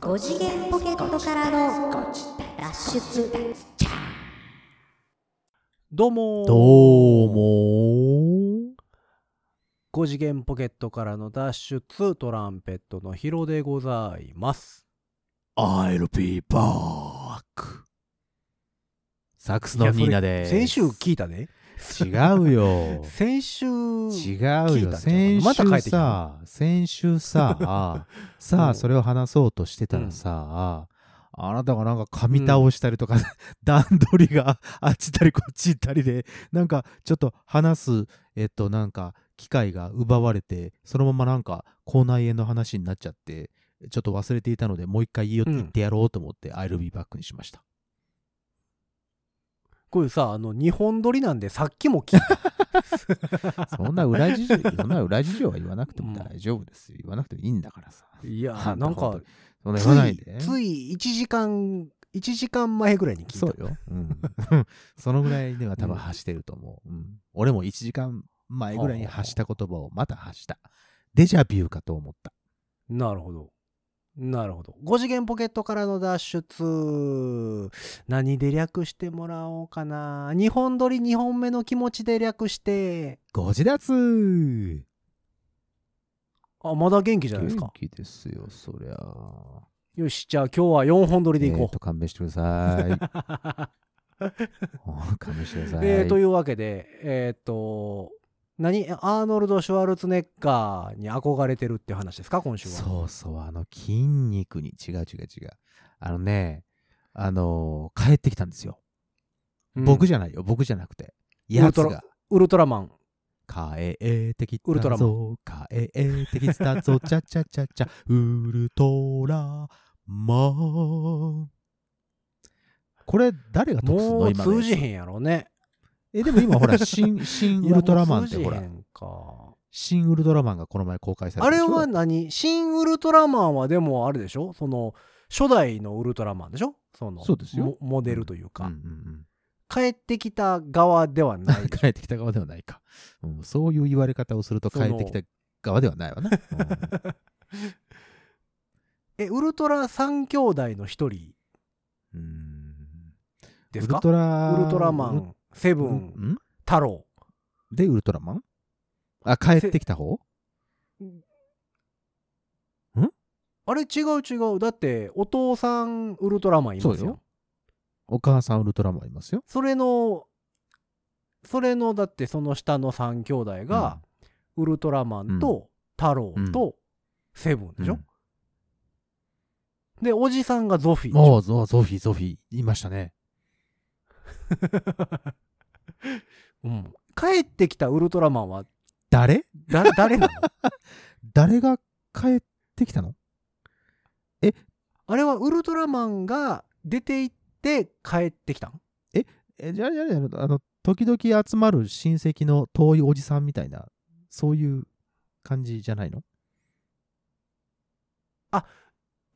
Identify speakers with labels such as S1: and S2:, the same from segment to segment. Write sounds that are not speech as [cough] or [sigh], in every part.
S1: 5次元ポケットからの脱出
S2: どうもー
S3: どうも
S2: 5次元ポケットからの脱出トランペットのヒロでございます
S3: ー I'll be back サックスのニーナ
S2: い
S3: で
S2: や
S3: す
S2: それ先週聞いたね
S3: 違
S2: [laughs]
S3: うよ
S2: 先週
S3: 違
S2: 聞
S3: う
S2: いたんちゃうか
S3: よ
S2: な
S3: 先
S2: また帰っ
S3: 週
S2: てきた
S3: さ先
S2: [laughs]
S3: 週さあさ
S2: うん
S3: あそれを話そうとしてたらさ、あなたがなんか噛み倒したりとか、 [laughs] 段取りがあっち行ったりこっち行ったりでなんかちょっと話すえっとなんか機会が奪われてそのままなんか口内炎の話になっちゃってちょっと忘れていたのでもう一回言いよ
S2: うん
S3: 言ってやろうと思って「I'll be back」にしました
S2: これさあの2本撮りなんでさっきも聞いた
S3: そんな
S2: [laughs]
S3: 裏事情そんな裏事情は言わなくても大丈夫ですよ言わなく [laughs] てもいいんだからさ
S2: いや
S3: あ
S2: ー
S3: んた
S2: なん
S3: 本当
S2: か
S3: にそ
S2: つ
S3: んな言わない
S2: い
S3: で
S2: つい1時間1時間前ぐらいに聞いた
S3: そうよ。うん。 [laughs] そのぐらいでは多分発してると思う。うん。俺も1時間前ぐらいに発した言葉をまた発した。デジャビューかと思った。
S2: なるほど。なるほど。5次元ポケットからの脱出。何で略してもらおうかな。2本撮り2本目の気持ちで略して。
S3: ご自立
S2: あ、まだ元気じゃないですか。
S3: 気ですよ、そりゃ。
S2: よし、じゃあ今日は4本撮りでいこ
S3: えーと、勘弁してくださ
S2: [laughs]
S3: い。
S2: う。
S3: 勘弁してください。
S2: えーというわけで、えっ、と、何アーノルド・シュワルツェネッガーに憧れてるっていう話ですか今週は。
S3: そうそう、あの筋肉に。違う違う違う。あのね、あのー帰ってきたんですよ。
S2: うん
S3: 僕じゃないよ、僕じゃなくて。
S2: ウル
S3: やつ
S2: トラ
S3: が。
S2: ウルトラマン。
S3: 帰ってき
S2: ウルトラ
S3: た
S2: マ
S3: ぞ帰ってきたぞチャチャチャチャウルトラマンこれ誰が得すん
S2: も
S3: の
S2: う
S3: 今のや
S2: 通じ
S3: つ
S2: へんやろね。
S3: えでも今ほら新新ウルトラマンってほ
S2: いや
S3: ら
S2: もう通じへんか。
S3: 新ウルトラマンがこの前公開され
S2: あ
S3: たで
S2: れ
S3: しょ
S2: は何新ウルトラマンはでもあれでしょその初代のウルトラマンでしょその
S3: そうですよ
S2: モモデルというか、
S3: うんうん
S2: 帰ってきた側ではな
S3: う
S2: い
S3: ん、 [laughs] 帰ってきた側ではないか、うん、そういう言われ方をすると
S2: そ
S3: 帰
S2: の
S3: ってきた側ではない
S2: [laughs]
S3: わな、うん
S2: えウルトラ三兄弟の一人
S3: うん
S2: ですか
S3: ウルトラ
S2: ウルトラマンセブ
S3: う
S2: ン
S3: ん
S2: 太郎
S3: でウルトラマンあ帰ってきた方
S2: あれ違う違うだってお父さんウルトラマンいますよ
S3: そう
S2: そ
S3: よお母さんウルトラマンいますよ。
S2: れのそれのだってその下の三兄弟が、ウルトラマンと太郎とセブンでしょ、でおじさんがゾフィーでしょ
S3: もうゾゾフィーゾフィーいましたね。
S2: うん、帰ってきたウルトラマンは
S3: 誰
S2: だ誰なの [laughs]
S3: 誰が帰ってきたの
S2: あれはウルトラマンが出て行って帰ってきたん
S3: えじゃあじゃあじゃああの時々集まる親戚の遠いおじさんみたいなそういう感じじゃないの
S2: あ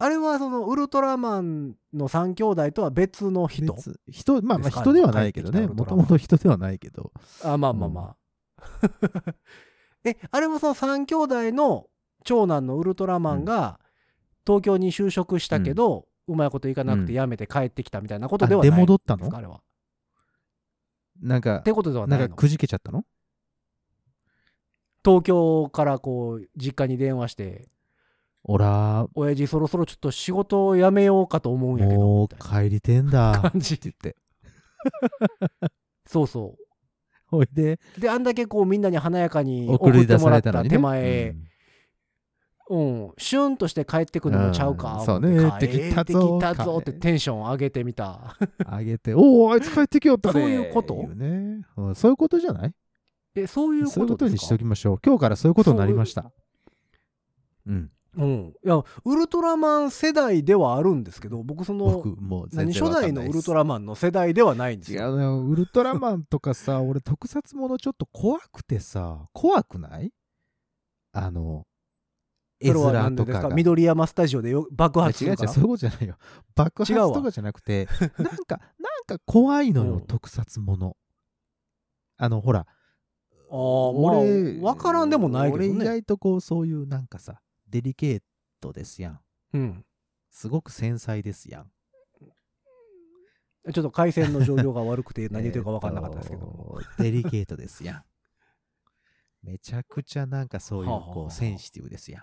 S2: れはそのウルトラマンの3兄弟とは別の人
S3: 別人まあま
S2: です
S3: あ
S2: か
S3: 人ではないけど
S2: 帰
S3: ね
S2: ってきたウルトラマ
S3: もと
S2: ン
S3: もと人ではないけど
S2: あまあまあまあ、 [laughs] えあれもその3兄弟の長男のウルトラマンが東京に就職したけど、うまいこといかなくて辞めて帰ってきたみたいなことではない
S3: あ出戻ったの
S2: ですかあれは
S3: なんか
S2: ってことでは
S3: な
S2: なんい
S3: か
S2: の
S3: くじけちゃったの
S2: 東京からこう実家に電話して
S3: おらー
S2: 親父そろそろちょっと仕事を辞めようかと思うんやけど
S3: も
S2: み
S3: う
S2: たい
S3: 帰りてん
S2: な
S3: だ
S2: 感じ
S3: って言って
S2: そうそ
S3: ほいで
S2: うであんだけこうみんなに華やかに送
S3: 送り
S2: って
S3: 出
S2: も
S3: さ
S2: らっ
S3: れたの
S2: た
S3: にね
S2: 手前
S3: うん
S2: うんシュンとして帰ってくるのもちゃうか
S3: うん
S2: 思って
S3: そうね
S2: 帰
S3: できた
S2: って
S3: ぞ
S2: きたぞっ
S3: 帰
S2: てテンション上げてみ
S3: [laughs]
S2: た
S3: あげて、おお、あいつ帰ってきよったね。
S2: そういうこと
S3: うねうんそういうことじゃない
S2: えそういう
S3: そういう
S2: こ
S3: ことと
S2: で
S3: に
S2: すか
S3: しておきましょう。今日からそういうことになりました。うん。
S2: うんいやウルトラマン世代ではあるんですけど僕その
S3: 僕、もう全
S2: 何
S3: 然
S2: 初
S3: わか
S2: 代
S3: んな
S2: の
S3: い
S2: ウ
S3: で
S2: ル
S3: す
S2: トラマンの世代ではないんです
S3: 違
S2: よ
S3: うのよ。ウルトラマンとかさ、俺、特撮ものちょっと怖くてさ、怖くないあの、
S2: そ
S3: 絵
S2: れは
S3: 面
S2: 何で
S3: と
S2: で
S3: か
S2: すか
S3: が。
S2: 緑山スタジオでよ爆発す
S3: 違う
S2: る
S3: 違う、
S2: から
S3: そういうことじゃないよ。爆発
S2: 違うわ
S3: とかじゃなくて、なんか、なんか怖いのよ、
S2: うん
S3: 特撮もの。あの、ほら、
S2: あーまあ分からんでもないけど
S3: 俺意
S2: ね
S3: 外とこうそういうなんかさデリケートですやんすごく繊細ですやん。
S2: ちょっと回線の状況が悪く
S3: [laughs]
S2: て何言ってるか分かんなかったですけども。
S3: えーと。デリケートですやん。めちゃくちゃなんかそういう
S2: はあはあは
S3: こ
S2: あ
S3: うセンシティブですやん。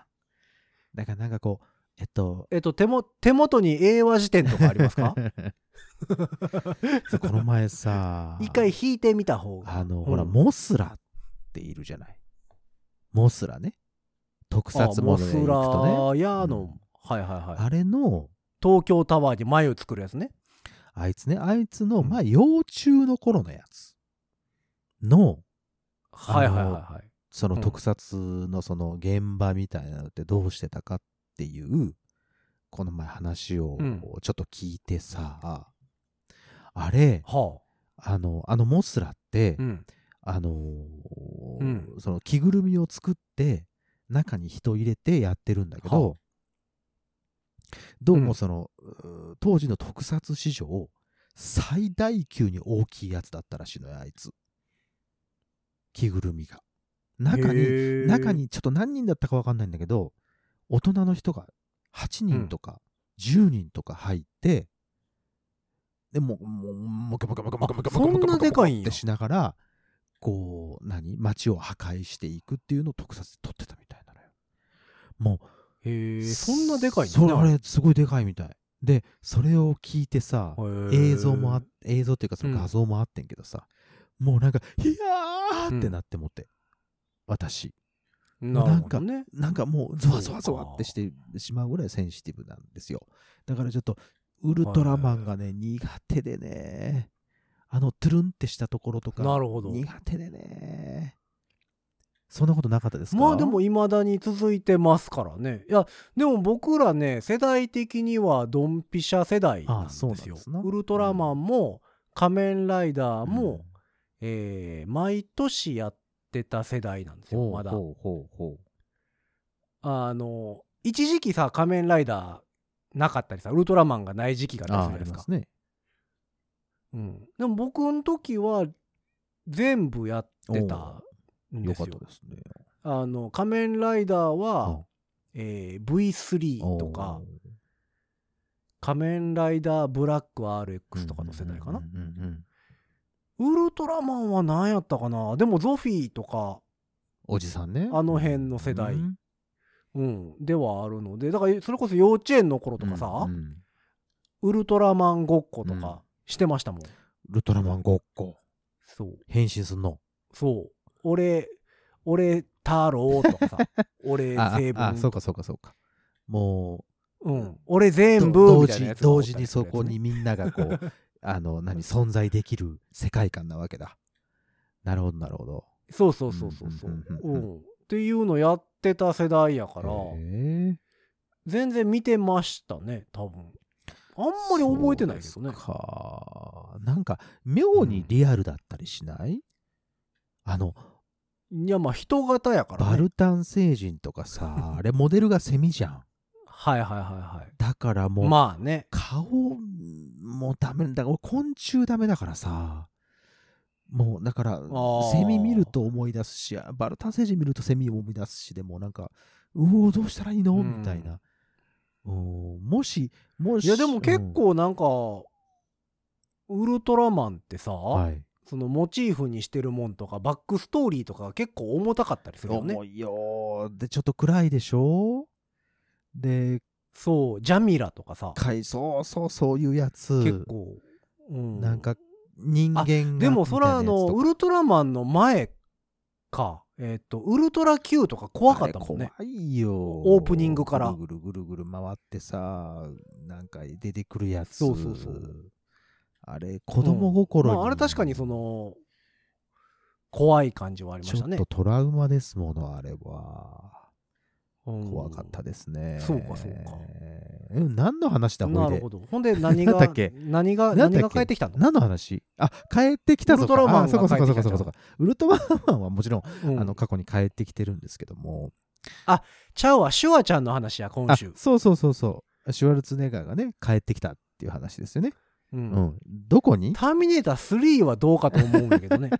S3: だからなんかこう、えっと、
S2: えっと、手も手元に英和辞典とかあります
S3: [laughs]
S2: か、
S3: そうこの前さ
S2: 一回引いてみた方が。
S3: あの、ほら、
S2: うん
S3: モスラっているじゃない。モスラね。特撮ものでいくとね。あ
S2: モスラヤーの、
S3: うん
S2: はいはいはい。
S3: れの、
S2: 東京タワーに眉を作るやつね。
S3: あいつね、あいつの、
S2: うん
S3: まあ、幼虫の頃のやつの、
S2: はいはいはいはい。
S3: その
S2: うん
S3: 特撮のその現場みたいなのってどうしてたかっていう、この前話を
S2: うん
S3: ちょっと聞いてさ、あれ、
S2: は
S3: あの、あのモスラって、
S2: あ。うん。
S3: あのー
S2: うん
S3: その着ぐるみを作って中に人入れてやってるんだけど、どう
S2: うん
S3: もその、うー当時の特撮史上最大級に大きいやつだったらしいのよあいつ着ぐるみが中に
S2: に
S3: 中。にちょっと何人だったか分かんないんだけど大人の人が8人とか10人とか入って、でもうもうもけもけもけもけもけもけもけも
S2: あそん
S3: けもけ
S2: なでかいんや
S3: ってしながらこう何街を破壊していくっていうのを特撮で撮ってたみたいなのよもう
S2: へーそんなでかいんです
S3: そ
S2: ね
S3: れあれすごいでかいみたいでそれを聞いてさ映像もあ
S2: て。
S3: 映像っていうかその画像もあってんけどさ、もうなんか「いやー!」ってなってもって、私
S2: なるほどね。
S3: なんかもうゾワゾワ
S2: そ
S3: ゾ
S2: う
S3: ワ
S2: か
S3: ってしてしまうぐらいセンシティブなんですよ。だからちょっと、ウルトラマンがね、苦手でね、あの、トゥルンってしたところとか、
S2: なるほど
S3: 苦手でね。そんなことなかったですか
S2: まあでも、未だに続いてますからねいやでも僕らね世代的にはドンピシャ世代なんですよ
S3: ああそうなんですな
S2: ウルトラマンも仮面ライダーも、
S3: うん
S2: えー毎年やってた世代なんですよ
S3: ほう
S2: まだ
S3: ほうほうほ
S2: あの一時期さ仮面ライダーなかったりさウルトラマンがない時期が
S3: う。
S2: あった
S3: あ
S2: りする
S3: あ、あり
S2: じゃないで
S3: ますす
S2: か
S3: ね。
S2: うん、でも僕の時は全部やってたんで
S3: よ
S2: す
S3: か
S2: よ
S3: ったですね。
S2: あの仮面ライダーは、えー V3 とか仮面ライダーブラック RX とかの世代かな
S3: うん、うんうんうん
S2: ウルトラマンは何やったかなでもゾフィーとか、
S3: おじさんね。
S2: あの辺の世代
S3: うん
S2: うん、ではあるのでだからそれこそ幼稚園の頃とかさ、
S3: うんうん
S2: ウルトラマンごっことかしてましたもん、
S3: ウルトラマンごっこ、
S2: そう
S3: 変身すんの。
S2: そう俺俺太郎と
S3: [laughs]
S2: かさ俺
S3: あ
S2: 成
S3: ああ、
S2: 分
S3: そうかそうかそうか。もう、
S2: うん、俺全
S3: ど
S2: 部
S3: 同
S2: みたいなや
S3: 時
S2: つがお
S3: 同
S2: ったり
S3: 時にそこにみんながこう
S2: [laughs]
S3: あの何存在できる世界観なわけだなるほどなるほど
S2: そうそうそうそうそう
S3: うん
S2: う
S3: うんうんうん
S2: んっていうのやってた世代やから
S3: へえ
S2: 全然見てましたね多分あんまり覚えてないけど
S3: そう
S2: ね
S3: ですかなんか妙にリアルだったりしない、あの
S2: いやまあ人型やから、ね、
S3: バルタン星人とかさあれモデルがセミじゃん
S2: はいはいはいはい
S3: だからもう、
S2: まあね
S3: 顔もダメだから俺昆虫ダメだからさもうだから
S2: ー
S3: セミ見ると思い出すしバルタン星人見るとセミを思い出すしでもなんかうおーどうしたらいいの
S2: うん
S3: みたいな、うん、もしもし
S2: いやでも結構なんか、ウルトラマンってさ、
S3: うんはい
S2: そのモチーフにしてるもんとかバックストーリーとか結構重たかったりするよね
S3: 重いよーでちょっと暗いでしょで
S2: そうジャミラとかさ
S3: かいそうそうそういうやつ
S2: 結構、うん、
S3: なんか人間が
S2: でもそれはあのウ
S3: ル
S2: ルトラマンの前かえっ、とウルトラ Q とか怖かったもんね
S3: あれ怖いよ。
S2: オープニングから
S3: ぐるぐるぐるぐる回ってさ、なんか出てくるやつ。
S2: そうそうそう
S3: あれ、子供心に、
S2: まあ、あれ確かにそ、の怖い感じはありま
S3: ち
S2: し
S3: ょ
S2: た
S3: っ
S2: ね
S3: とトラウマですもの、あれは。怖かった
S2: で
S3: ですね。
S2: そうかそうか
S3: うん、何の話だ、
S2: な
S3: ほい
S2: る
S3: で
S2: ほ。どほんで何が
S3: なんだっけ
S2: 何が
S3: なんだっけ
S2: 何が帰ってきたの
S3: 何の話あ、帰ってきた
S2: ウル
S3: ぞ
S2: トラマンが
S3: あそうかそうか
S2: 帰って
S3: そう
S2: きた
S3: か
S2: じゃん
S3: そうかそうか。ウルトラマンはもちろん、
S2: うん
S3: あの、過去に帰ってきてるんですけども。
S2: ちゃうわシュワちゃんの話や今
S3: あ
S2: 週、
S3: そうそうそうそう。シュワルツェネッガーがね、帰ってきたっていう話ですよね。
S2: うん
S3: うん。どこに
S2: ターミネーター3はどうかと思うんだけ
S3: [laughs]
S2: どね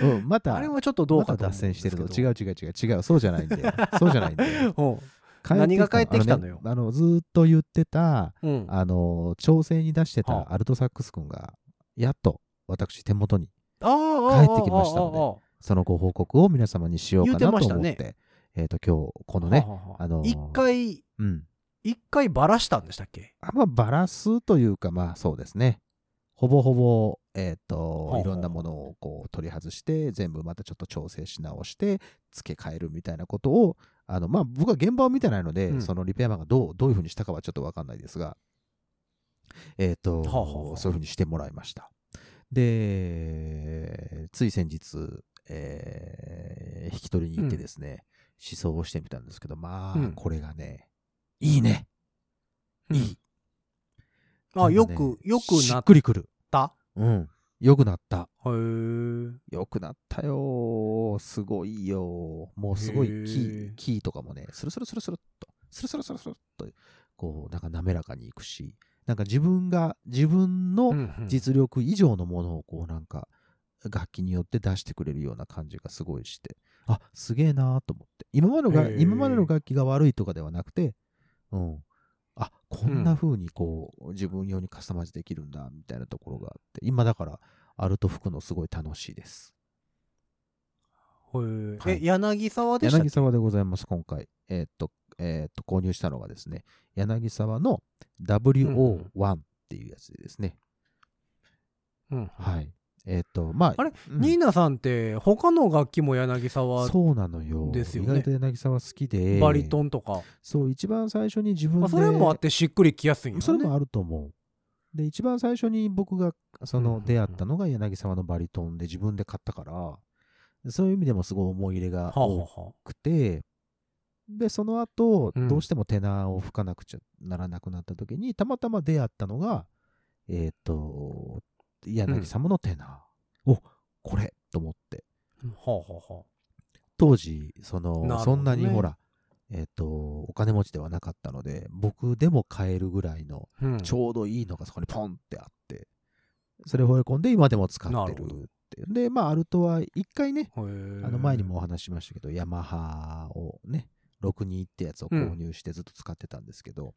S3: うん、また、
S2: あれはちょっとどう
S3: ま
S2: か
S3: た
S2: と思
S3: 脱
S2: うんで
S3: 線し
S2: す
S3: て
S2: けど
S3: る
S2: [laughs]
S3: の。違う違う違う違う。そうじゃないんだよ。そうじゃないんだよ。
S2: うん
S3: 帰ってきた
S2: 何が帰ってきたのよ
S3: あの,、あのずーっと言ってた
S2: うん。あ
S3: あの調整に出して
S2: は
S3: たアルトサックス君がやっと私手元に
S2: あああ
S3: 帰ってきましたので
S2: ああああ
S3: そのご報告を皆様にしようかなと思って
S2: 言ってました
S3: えっ、と今日このね、
S2: ははは
S3: あのー
S2: 一回、
S3: うん、
S2: 一回ばらしたんでしたっけ
S3: あまあバラすというかまあそうですねほぼほぼえっ、
S2: う
S3: と、
S2: ほう
S3: いろんなものをこう取り外して全部またちょっと調整し直して付け替えるみたいなことをあのまあ僕は現場を見てないので、
S2: うん
S3: そのリペアマンがどうどういうふうにしたかはちょっと分かんないですがえっ、と、
S2: はあはあはあ
S3: そういうふうにしてもらいましたでつい先日、えー引き取りに行ってですね、試奏をしてみたんですけどまあ、
S2: うん
S3: これがねいいねいい、
S2: あ、
S3: な
S2: よ
S3: んかね
S2: く、よく
S3: し
S2: な
S3: っ
S2: っ
S3: くりくる。
S2: た。
S3: うん。よくなった。
S2: へえ。
S3: よくなったよー。すごいよー。もうすごい
S2: へー
S3: キー、キーとかもね、スルスルスルスルっと、スルスルスルスルっと、こう、なんか滑らかにいくし、なんか自分が、自分の
S2: 実
S3: 実力以上のものをこうなんか楽器によって出してくれるような感じがすごいしてあすげえなーと思って今までのが
S2: へー
S3: 今までの楽器が悪いとかではなくて、うん、あこんな風にこう、自分用にカスタマイズできるんだみたいなところがあって今だからアルト吹くのすごい楽しいです
S2: へえ。え、柳沢でしたっけ
S3: 柳沢でございます今回えーっとえーっと購入したのがですね柳沢の WO1 っていうやつでですね、
S2: うん
S3: はいえーっとまあ
S2: あれ
S3: うん
S2: ニーナさんって、他の楽器も柳沢、
S3: そうなのよ。
S2: ですよね
S3: 意外と柳沢好きで。
S2: バリトンとか。
S3: そう、一番最初に自分
S2: ま
S3: で。
S2: あそれもあってしっくりきやすいんや
S3: それ
S2: ろね
S3: もあると思う。で、一番最初に僕がそ
S2: うんうん
S3: の
S2: うん
S3: 出会ったのが柳沢のバリトンで自分で買ったから、そういう意味でもすごい思い入れが
S2: はあ
S3: 多
S2: はあはあ
S3: くて、で、その後、
S2: うん
S3: どうしてもテナーを吹かなくちゃならなくなった時に、たまたま出会ったのが、えっ、と、柳沢のテナー。おこれと思って。
S2: はあはあはあ
S3: 当時そ
S2: な
S3: の
S2: るほどね
S3: そんなにほらえっ、とお金持ちではなかったので僕でも買えるぐらいの
S2: うん
S3: ちょうどいいのがそこにポンってあってそれを放り込んで今でも使
S2: な
S3: って
S2: る
S3: る
S2: ほど
S3: っていうでまあアルトは一回ね
S2: へえ
S3: あの前にもお話ししましたけどヤマハをね62ってやつを購入してずっと使ってたんですけど、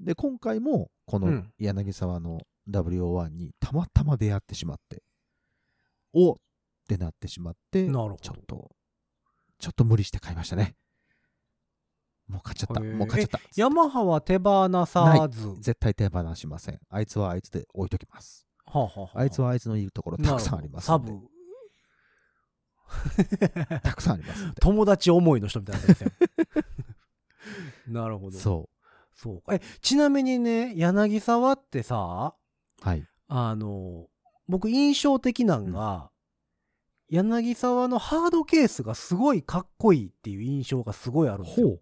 S3: で今回もこ
S2: う
S3: の
S2: ん
S3: 柳沢の WO1 にたまたま出会ってしまっておっってなってしまって
S2: なるほ
S3: ちょっ
S2: ど
S3: と、ちょっと無理して買いましたね。もう買っちゃった。
S2: へえ
S3: もう買っちゃった。
S2: ヤマハは手放さず
S3: 絶対手放しません。あいつはあいつで置いときます。
S2: はあはあはあ
S3: あいつはあいつのいいところたくさんあります
S2: な
S3: の
S2: る
S3: で。
S2: ほどサブ
S3: [laughs] たくさんありますんで。
S2: 友達思いの人みたいになって
S3: [laughs]
S2: ますよなるほど
S3: そ
S2: そうかえちなみにね柳沢ってさ
S3: う。はい。
S2: あの僕印象的なんが、柳沢のハードケースがすごいかっこいいっていう印象がすごいあるんですよ。
S3: ほう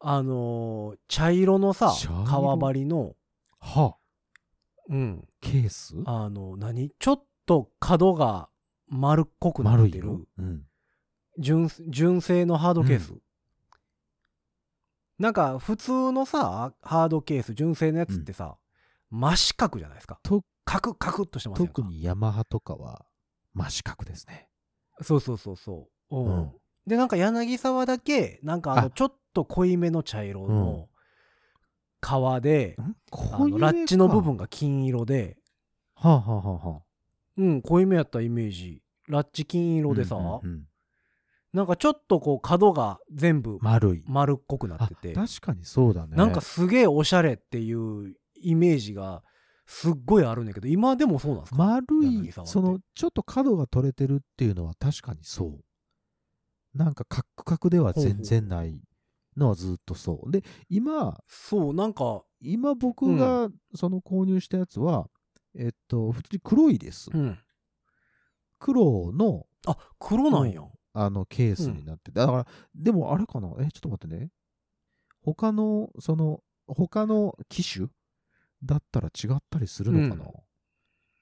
S2: あの茶色のさ
S3: 茶色
S2: 革張りの、
S3: はあ、
S2: うん、
S3: ケース
S2: あの何ちょっと角が丸っこくなっ
S3: 丸い
S2: てる
S3: よ。うん。
S2: 純純正のハードケース、なんか普通のさハードケース純正のやつってさ、真四角じゃないですか
S3: と
S2: カクカクっとしてますよ
S3: 特にヤマハとかは真四角ですね。
S2: そうそうそうそう、うん
S3: うん
S2: でなんか柳沢だけなんかあの
S3: あ
S2: ちょっと濃いめの茶色の革で、
S3: ん
S2: あ
S3: こうい
S2: の
S3: う
S2: ラッチの部分
S3: が。
S2: が金色で
S3: はあ、はあはあはあ、
S2: うん濃いめやったイメージラッチ金色でさ、
S3: うんうんうん
S2: なんかちょっとこう角が全部
S3: 丸い。
S2: 丸っこくな
S3: あ
S2: ってて、
S3: 確かにそうだね。
S2: なんかすげえおしゃれっていうイメージがすっごいあるんだけど今でもそうなんですか、
S3: 丸
S2: 柳
S3: い
S2: 沢って
S3: そのちょっと角が取れてるっていうのは確かにそうなんかカックカクでは全然ないのはずっとそうで今
S2: そうなんか
S3: 今僕がその購入したやつは、えっと普通に黒いです、
S2: うん
S3: 黒の
S2: あ黒なんや、
S3: あのケースになっててだからでもあれかなえちょっと待ってね他のその他の機種だったら違ったりするのかな、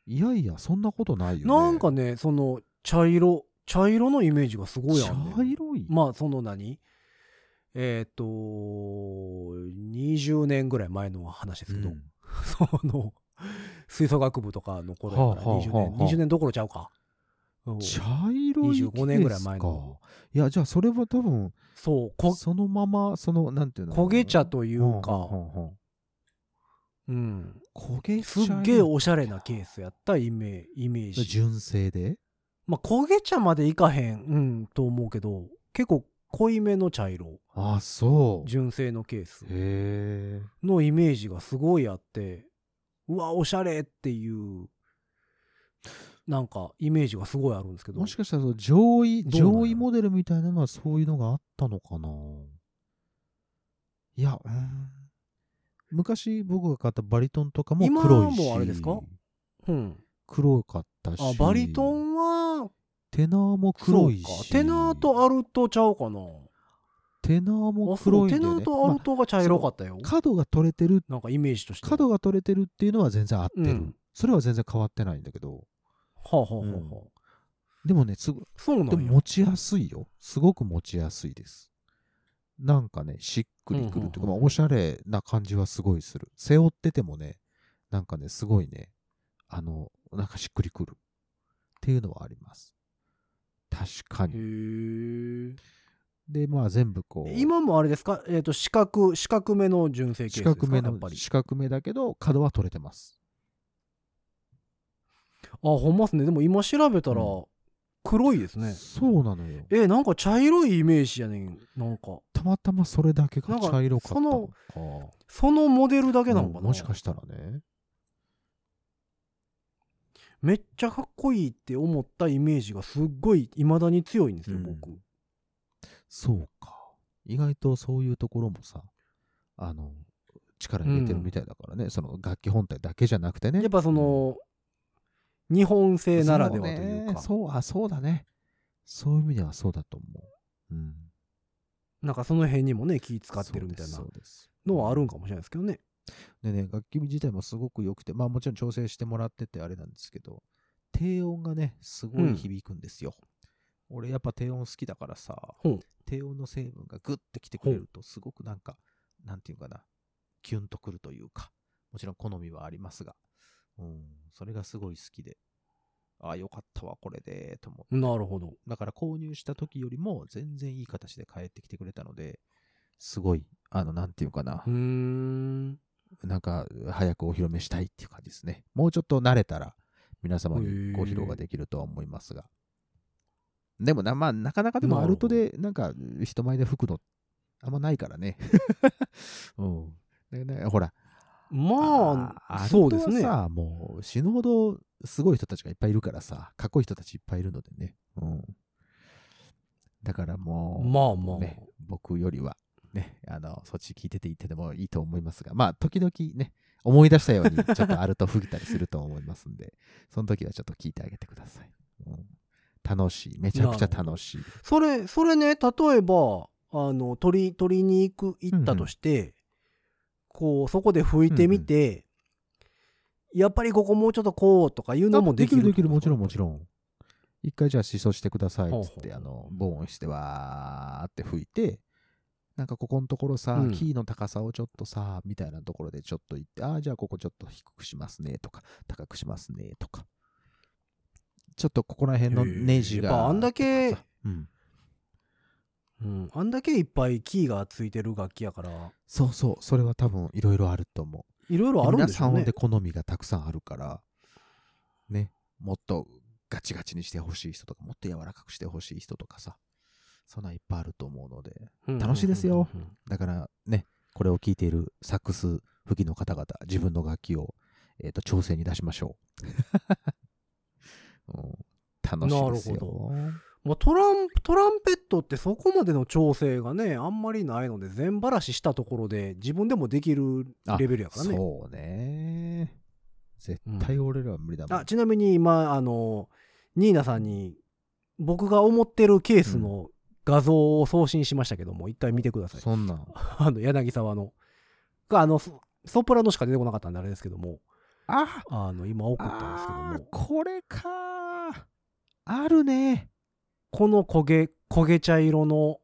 S3: いやいやそんなことないよね
S2: なんかねその茶色茶色のイメージがすごいあ
S3: 茶
S2: んねん
S3: 色い、
S2: まあその何えっ、と20年ぐらい前の話ですけど、
S3: うん
S2: [laughs] その吹奏楽部とかの頃やから
S3: はあはあ
S2: 20年、
S3: はあはあ
S2: 20年どころちゃうか、うん
S3: 茶色い
S2: 25年ぐらい前の
S3: ケースかいやじゃあそれは多分
S2: そうこ
S3: そのままそのなんていうの
S2: 焦げ茶とい
S3: いう
S2: か、うん、
S3: 焦げ
S2: す
S3: 茶
S2: っげえおしゃれなケースやったイメイメージ、
S3: 純正で
S2: まあ、焦げ茶までいかへん、うん、と思うけど結構濃いめの茶色
S3: あそう
S2: 純正のケース
S3: へえ
S2: のイメージがすごいあってうわおしゃれっていうなんかイメージがすごいあるんですけど
S3: もしかしたらその上位
S2: どうなの
S3: 上位モデルみたいなのはそういうのがあったのかないやうん昔僕が買ったバリトンとかも
S2: 今
S3: 黒いし
S2: もあれですかうん、
S3: 黒かったし
S2: あバリトンは
S3: テナーも黒い
S2: そうか
S3: し
S2: テナーとアルトちゃうかな
S3: テナーも
S2: あそ
S3: 黒
S2: う
S3: い
S2: テ
S3: んだ
S2: ナ
S3: よ
S2: ー
S3: ね
S2: とアルトが茶色かったよ、
S3: まあ角が取れてる
S2: なんかイメージとしては
S3: 角が取れてるっていうのは全然合って
S2: う
S3: る、
S2: ん
S3: それは全然変わってないんだけど
S2: あ、はあはあはあ
S3: うんでもねすぐ
S2: そうな
S3: でも
S2: んや
S3: 持ちやすいよすごく持ちやすいですなんかねしっくりくるという
S2: うんうんうん
S3: か、まあおしゃれな感じはすごいする背負っててもねなんかねすごいねあのなんかしっくりくるっていうのはあります確かに
S2: へ
S3: でまあ全部こう
S2: え今もあれですかえっ、と四角四角めの純正ケースです
S3: 四
S2: か
S3: 角め
S2: や
S3: の
S2: っぱり
S3: 四角めだけど角は取れてます
S2: あほんまっすねでも今調べたら
S3: う
S2: 黒いですね、
S3: そうなのよ
S2: えなんか茶色いイメージやねんなんか
S3: たまたまそれだけが茶色かった
S2: な
S3: の
S2: ん
S3: か
S2: かそのモデルだけなのかな、
S3: うんもしかしたらね
S2: めっちゃかっこいいって思ったイメージがすっごい未だに強いんですよ、
S3: うん
S2: 僕
S3: そうか意外とそういうところもさあの力入れてるみたいだからね、その楽器本体だけじゃなくてね
S2: やっぱその、日本製ならではというか
S3: そうね,そう、あそうだねそういう意味ではそうだと思う、うん、
S2: なんかその辺にもね気使ってるみたいな
S3: そうです
S2: のはあるんかもしれないですけどね
S3: でね楽器自体もすごく良くてまあもちろん調整してもらっててあれなんですけど低音がねすご
S2: う
S3: い
S2: ん
S3: 響くんですよ、俺やっぱ低音好きだからさ
S2: ほう
S3: 低音の成分がグッてきてくれるとすごくなんかなんていうかなキュンとくるというかもちろん好みはありますがうんそれがすごい好きでああよかったわこれでと思って
S2: なるほど
S3: だから購入した時よりも全然いい形で帰ってきてくれたのですごいあのなんていうかな
S2: うーん
S3: なんか早くお披露目したいっていう感じですね。もうちょっと慣れたら皆様にご披露ができるとは思いますが。でもな、まあ、なかなかでも
S2: な
S3: ア
S2: るほ
S3: ルト
S2: ど
S3: でなんか人前で吹くのあんまないか
S2: [laughs]
S3: らね。うん。だからねほら、
S2: まあ
S3: アル
S2: そう
S3: ト
S2: です
S3: は
S2: ね
S3: さ、もう死ぬほどすごい人たちがいっぱいいるからさ、かっこいい人たちいっぱいいるのでね。うん。だからもう、
S2: まあまあ、
S3: ね、僕よりは、ね、あの、そっち聞いてていってでもいいと思いますが、まあ、時々ね、思い出したように、ちょっとアルト吹いたりすると思いますんで、その時はちょっと聞いてあげてください。うん楽しい。めちゃくちゃ楽しい。
S2: それそれね例えばあの鳥鳥に行く行ったとして、こうそこで拭いてみて、やっぱりここもうちょっとこうとかいうのもできる
S3: できる、もちろん、もち
S2: ん
S3: ろん。一回じゃあ、思想してくださいっつって、
S2: ほうほう
S3: あの、ボーンして、わーって吹いて、なんかここのところさ、
S2: うん
S3: キーの高さをちょっとさ、みたいなところでちょっと行って、ああ、じゃあここちょっと低くしますねとか、高くしますねとか、ちょっとここら辺のネジが。
S2: やっぱあんだけ
S3: とかさうん。
S2: うん、あんだけいっぱいキーがついてる楽器やから
S3: そうそう、それは多分いろいろあると思う。
S2: いろいろあるん
S3: 皆
S2: でし
S3: さ
S2: ょ
S3: ん
S2: う
S3: ほん
S2: ね
S3: で好みがたくさんあるから、ね、もっとガチガチにしてほしい人とか、もっと柔らかくしてほしい人とかさ、そんなんいっぱいあると思うので、
S2: うん
S3: 楽しいですよ
S2: うんうんうん
S3: だからね、これを聞いているサックス吹きの方々、自分の楽器を、えー、と調整に出しましょう。うん [laughs] 楽しいです
S2: なる
S3: よ。
S2: まあ、トラントランペットってそこまでの調整がねあんまりないので全ばらししたところで自分でもできるレベルやからね
S3: そうね。絶対俺らは無理だもん。
S2: あちなみに今あのニーナさんに僕が思ってるケースの画像を送信しましたけども、一回見てください
S3: そんなん。
S2: あの柳沢のがあのソソプラノしか出てこなかったんであれですけども
S3: あ
S2: あの今送ったんですけど
S3: あー
S2: も
S3: これかあるね。
S2: この焦げ焦げ茶色の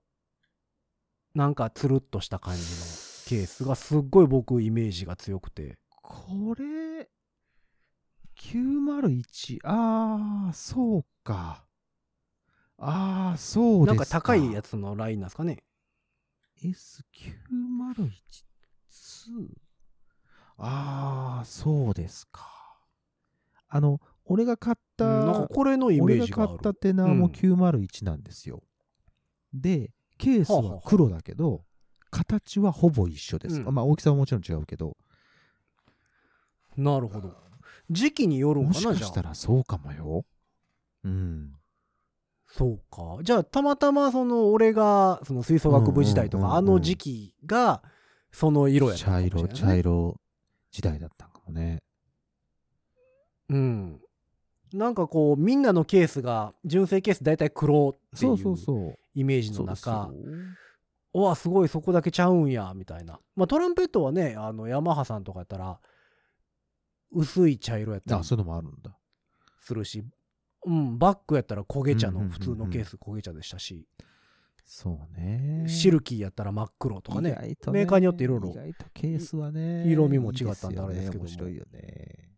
S2: なんかつるっとした感じのケースがすっごい僕イメージが強くて
S3: これ、901。ああ、そうか。ああ、そうで
S2: な
S3: す
S2: んか高いやつのラインなんですかね
S3: S9012 ああそうですかあの俺が買っ
S2: う
S3: た、
S2: んなんかこれのイメ
S3: 俺
S2: ー
S3: が
S2: ジが
S3: 買
S2: あ
S3: っ
S2: る
S3: たテナーも901なんですよ、でケースは黒だけど、形はほぼ一緒です、
S2: うん
S3: まあ大きさはもちろん違うけど
S2: なるほど時期によるんか
S3: もし
S2: な
S3: か
S2: じゃ
S3: した
S2: あ
S3: らそうかもようん
S2: そうかじゃあたまたまその俺がその吹奏楽部時代と
S3: うんうん
S2: か
S3: うん
S2: あの時期がその色やった
S3: 茶
S2: かもしれない
S3: 色
S2: ね
S3: 茶色時代だったんかもね
S2: うんなんかこうみんなのケースが純正ケース大体黒ってい
S3: そうそう
S2: う
S3: そう
S2: イメージの
S3: そ
S2: 中
S3: うですよ
S2: うわすごいそこだけちゃうんやみたいなまあトランペットはねあのヤマハさんとかやったら薄い茶色やった
S3: あ
S2: り
S3: そういうのもあるんだ
S2: するしうんバックやったら焦げ茶
S3: うんうんうんう
S2: の
S3: ん
S2: 普通のケース焦げ茶でしたし
S3: そうね
S2: シルキーやったら真っ黒とか
S3: 意
S2: ね
S3: 外と
S2: メーカーによっていろいろ
S3: 意外とケースはね
S2: 色味も違ったんであれですけども
S3: いいよね面白いよね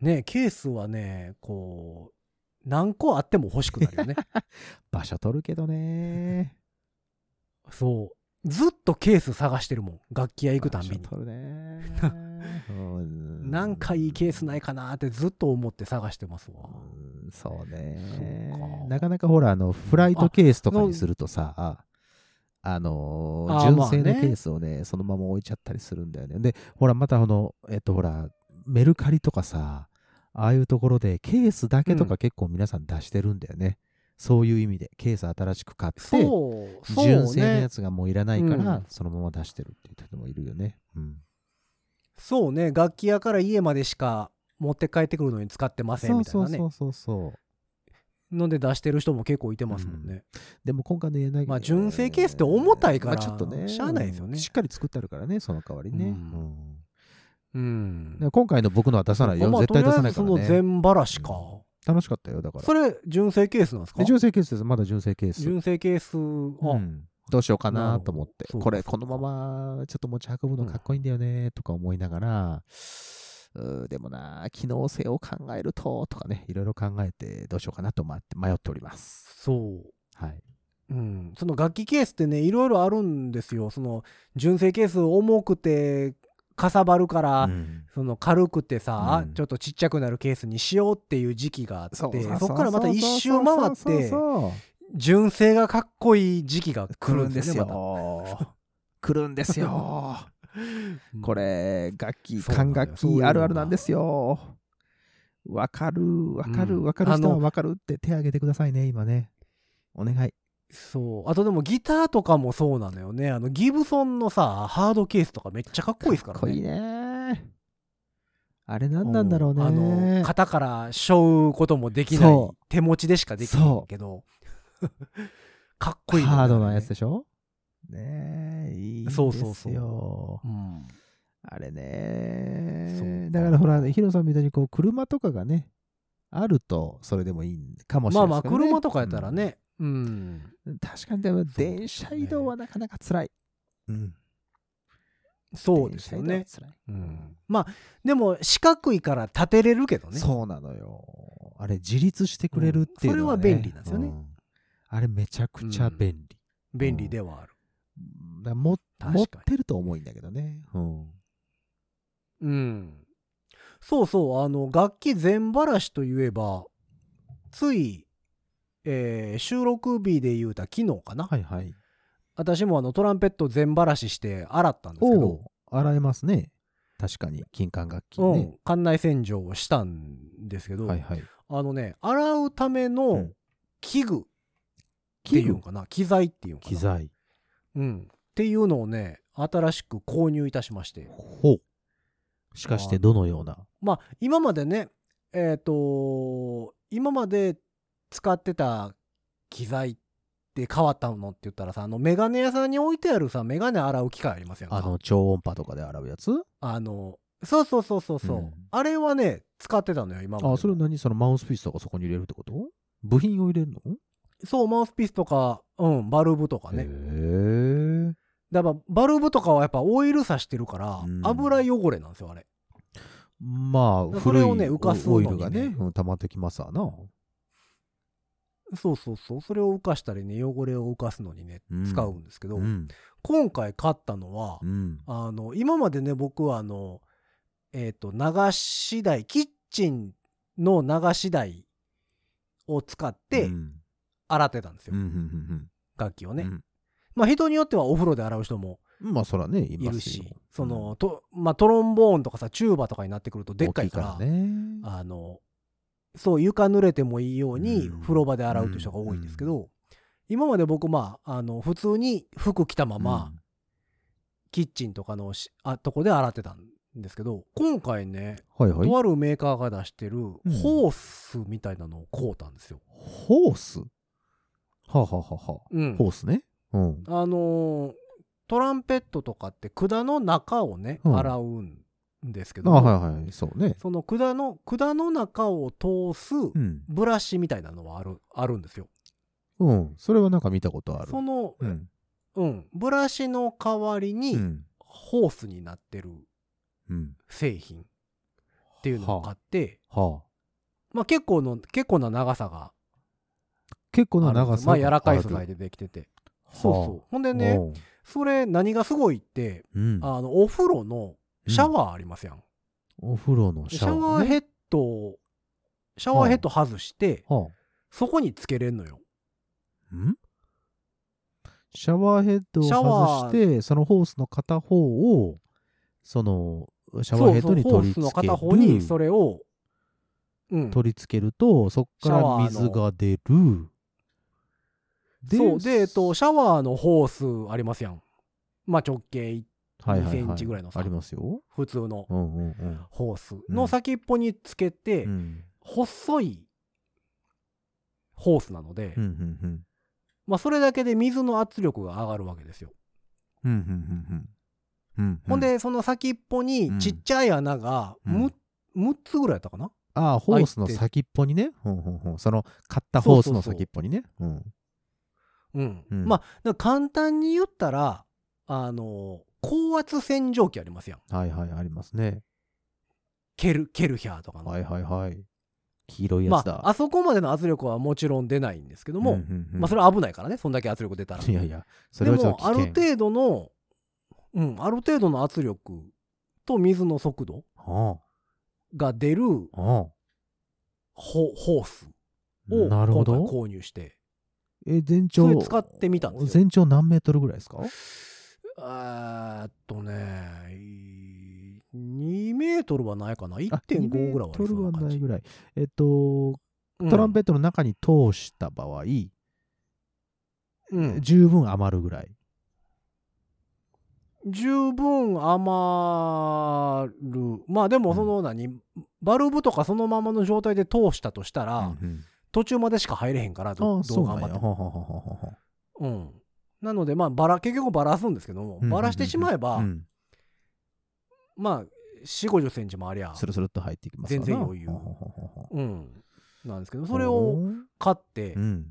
S2: ねケースはねこう何個あっても欲しくなる
S3: [laughs]
S2: よね
S3: 場所取るけどね
S2: そうずっとケース探してるもん楽器屋行くたんびに
S3: 場所取る [laughs] ねうん
S2: なんかいいケースないかなってずっと思って探してますわ
S3: うんそうね
S2: そうか
S3: なかなかほらあのフライトケースとかにするとさあのー
S2: あーま
S3: 純
S2: あ
S3: 正
S2: ね
S3: のケースをねそのまま置いちゃったりするんだよねでほらまたこのえっとほらメルカリとかさああいうところでケースだけと
S2: う
S3: か結構皆さん出してるんだよね、そういう意味でケース新しく買って
S2: そうそう
S3: 純正の
S2: ね
S3: やつがもういらないから、
S2: うん
S3: そのまま出してるっていう人もいるよね。うん、
S2: そうね楽器屋から家までしか持って帰ってくるのに使ってません
S3: そう
S2: みたい
S3: そ
S2: な
S3: うそ
S2: ね
S3: うそうそう。
S2: ので出してる人も結構いてますもんね、
S3: でも今回の柳
S2: まあ純正ケースって重たいから
S3: まあちょっとね、
S2: しゃあないですよね
S3: うんしっかり作ってあるからね、その代わりね。
S2: うん
S3: うん
S2: うん
S3: だから今回の僕のは出さないよ、絶対出さないから
S2: まあとりあえずその
S3: ね。
S2: 全バラシか、
S3: 楽しかったよ、だから。
S2: それ純正ケースなんですか
S3: で純正ケースです、まだ純正ケース。
S2: 純正ケースあ、
S3: うんどうしようかなと思って
S2: なるほどそうか
S3: これ
S2: そうか
S3: このままちょっと持ち運ぶのかっこいいんだよねとか思いながら、うーでもな機能性を考えるととかねいろいろ考えてどうしようかなとまって迷っております
S2: そう
S3: はい
S2: うん、その楽器ケースってねいろいろあるんですよその純正ケース重くてかさばるから、
S3: うん
S2: その軽くてさ、
S3: うん
S2: ちょっとちっちゃくなるケースにしようっていう時期があってそ
S3: そ
S2: う
S3: そうう
S2: っからまた一周回っ
S3: そうそう
S2: て
S3: そう
S2: 純正がかっこいい時期が来
S3: 来
S2: る
S3: る
S2: ん
S3: ん
S2: で
S3: ですす
S2: よね、ま
S3: よ来るんですよ [laughs]
S2: [laughs] た
S3: これ楽器
S2: そうなの
S3: 管
S2: よ
S3: 楽
S2: そういうの
S3: 器
S2: が
S3: あるあるなんですよわかるわか
S2: う
S3: る
S2: ん
S3: わかる人
S2: あ
S3: は
S2: の
S3: わかるって手挙げてくださいね今ねお願い
S2: そうあとでもギターとかもそうなのよねあのギブソンのさハードケースとかめっちゃかっこいいですからね
S3: かっこいいねあれ何なんだろうね
S2: あの型から背負うこともできない
S3: そう
S2: 手持ちでしかできないけど [laughs] かっこいいよね
S3: ハードなやつでしょねえいいんです
S2: そ
S3: よ
S2: うそうそううん
S3: あれ
S2: そ
S3: ね
S2: う
S3: だからほらヒロさんみたいにこう車とかがねあるとそれでもいいかもしれ
S2: ま
S3: な
S2: あまあ
S3: いですけどね
S2: 車とかやったら、ねうん
S3: うん確かにでも
S2: ですね
S3: 電車移動はなかなか辛いうん
S2: そうですよね
S3: 電、車移動は辛い
S2: うんまあでも四角いから立てれるけどね
S3: そうなのよ。あれ、自立してくれるっていうのは、ね
S2: うんそれは便利なんですよね
S3: うあれ、めちゃくちゃ便利。
S2: 便利ではある
S3: うんだからも
S2: 確かに
S3: 持ってると重いんだけどね。うん。
S2: うんそうそうあの楽器全ばらしといえばつい、えー収録日で言うた昨日かな、
S3: はいはい。
S2: 私もあのトランペット全ばらしして洗ったんですけ
S3: お
S2: ど
S3: お、洗えますね。確かに、金管楽器
S2: う
S3: ね
S2: ん。、館内洗浄をしたんですけど、
S3: はいはい。
S2: あのね洗うため
S3: う
S2: の
S3: ん
S2: 器具っていうのかな機材っていうのか
S3: 機
S2: な、
S3: 材。
S2: うん、っていうのをね新しく購入いたしまして
S3: ほう。しかして、どのような。
S2: まあ今までねえっ、と今まで使ってた機材って変わったのって言ったらさあのメガネ屋さんに置いてあるさメガネ洗う機械ありますやんか
S3: あの、超音波とかで洗うやつ
S2: あのそうそうそうそうそう、
S3: うん
S2: あれはね使ってたのよ今まで
S3: あ、それ何そのマウスピースとかそこに入れるってこと部品を入れるの
S2: そうマウスピースとかうんバルブとかね
S3: へえ。
S2: だからバルブとかはやっぱオイルさしてるから
S3: うん
S2: 油汚れなんですよあれ
S3: まあ、
S2: それをね
S3: 古い
S2: 浮かす
S3: オイ
S2: の
S3: ル
S2: にね
S3: がね、うん溜まってきますわな。
S2: そうそうそうそれを浮かしたりね汚れを浮かすのにね
S3: うん
S2: 使うんですけど、
S3: うん
S2: 今回買ったのは、
S3: うん
S2: あの今までね僕はあのえっ、と流し台キッチンの流し台を使って
S3: うん
S2: 洗ってたんですよ、
S3: うんうん
S2: 楽器を
S3: うんう
S2: ね、
S3: ん
S2: まあ人によってはお風呂で洗う人も
S3: まあそらねい
S2: い
S3: ま
S2: る
S3: す
S2: し
S3: よ
S2: そのと、まあ、トロンボーンとかさチューバとかになってくるとでっかいから
S3: 大きね
S2: あのそう床濡れてもいいように
S3: うん
S2: 風呂場で洗うという人が多いんですけど、今まで僕まああの普通に服着たまま、キッチンとかのしあとこで洗ってたんですけど今回ね
S3: うんはい
S2: と
S3: はい
S2: あるメーカーが出してるホースみたいなのを買うたんですよ。
S3: ホースはあ、はあはあはあ
S2: うん
S3: ホースねうん
S2: あのートランペットとかって管の中をね、
S3: うん
S2: 洗うんですけ
S3: あ
S2: ど、
S3: はいはいそうね
S2: その管の管の中を通す
S3: うん
S2: ブラシみたいなのはあるあるんですよ。
S3: うんそれはなんか見たことある
S2: その、う
S3: うんん
S2: ブラシの代わり
S3: う
S2: に
S3: ん
S2: ホースになってる
S3: うん
S2: 製品っていうのを買って、
S3: はあ
S2: まあ、結構の結構な長さが
S3: 結構
S2: ある
S3: な
S2: ん
S3: 長
S2: です
S3: さ
S2: まあ
S3: が
S2: 柔
S3: る
S2: らかい素材でできててそうそうほんでね
S3: おう
S2: それ何がすごいって
S3: うん
S2: あのお風呂のシャワーありますやん、
S3: お風呂の
S2: で
S3: シ
S2: シ
S3: ャ
S2: ャ
S3: ワ
S2: ワ
S3: ー
S2: ー
S3: ね
S2: ヘッドをシャワーヘッド外して
S3: は
S2: そこにつけれんのよ
S3: あんシャワーヘッドを
S2: シャ
S3: 外
S2: ワー
S3: してそのホースの片方をそのシャワーヘッドに
S2: そうそう
S3: 取り付
S2: ホースの
S3: け
S2: 片方に
S3: る
S2: それをうん
S3: 取り付けるとそっか
S2: シャ
S3: ら
S2: ワーの
S3: 水が出る
S2: そうで、えっと、シャワーのホースありますやんまあ直径
S3: はいはいは
S2: 2センチぐらいのさ
S3: ありますよ
S2: 普通の
S3: うんうんうん
S2: ホース
S3: う
S2: の
S3: ん
S2: 先っぽにつけて、
S3: うん
S2: 細いホースなので、
S3: うんうんうん
S2: まあ、それだけで水の圧力が上がるわけですよ、
S3: うんうんうんうんうん
S2: ほんでその先っぽ
S3: う
S2: に
S3: ん
S2: ちっちゃい穴が
S3: うん
S2: む 6, つぐらいやったかな
S3: ああホースの
S2: 入って
S3: 先っぽにねほんほんほんその買った
S2: そう
S3: ホ
S2: そう
S3: ー
S2: そ
S3: ス
S2: う
S3: の先っぽにねうん
S2: うん、
S3: うん
S2: まあだから簡単に言ったらあの高圧洗浄機ありますやん
S3: はいはいありますね
S2: ケルケルヒャーとかの、
S3: はいはいはい黄色いや
S2: ま
S3: つだ
S2: ああそこまでの圧力はもちろん出ないんですけども、
S3: うんうんうん
S2: まあ、それは危ないからねそんだけ圧力出たら
S3: いやいや、そ
S2: で
S3: れはちょっ
S2: も
S3: と
S2: あ
S3: 危
S2: る
S3: 険。
S2: 程度のうんある程度の圧力と水の速度
S3: は
S2: が出る
S3: あは
S2: ホホース
S3: あ
S2: を
S3: な
S2: 今
S3: るほ
S2: 回
S3: ど。
S2: 購入して
S3: え、全
S2: それ
S3: 長。
S2: 使ってみたんですよ
S3: 全長何メートルぐらいですか
S2: えーっとねい2メートルはないかな
S3: あ
S2: 1.5ぐらいはあ
S3: 2メート
S2: りそう
S3: ルは
S2: な感
S3: な
S2: じ
S3: いぐらい。えっと、
S2: うん
S3: トランペットの中に通した場合、
S2: うん
S3: 十分余るぐらい。
S2: 十分余るまあでもその何、バルブとかそのままの状態で通したとしたら、
S3: うん
S2: 途中までしか入れへんから
S3: うん、
S2: ど
S3: あ
S2: ど
S3: そううな
S2: 頑張
S3: ん
S2: っ
S3: や。
S2: て
S3: はあ
S2: も
S3: はあはあはあはあ
S2: うん、なのでまあバラ結局バラすんですけども
S3: うん
S2: バラしてしまえば、
S3: うん
S2: まあ4 5 0センチもありゃ
S3: スルスルっと入っていきますからな
S2: 全然余裕
S3: はあはあはあはあ
S2: うんなんですけどそれを買って
S3: うん。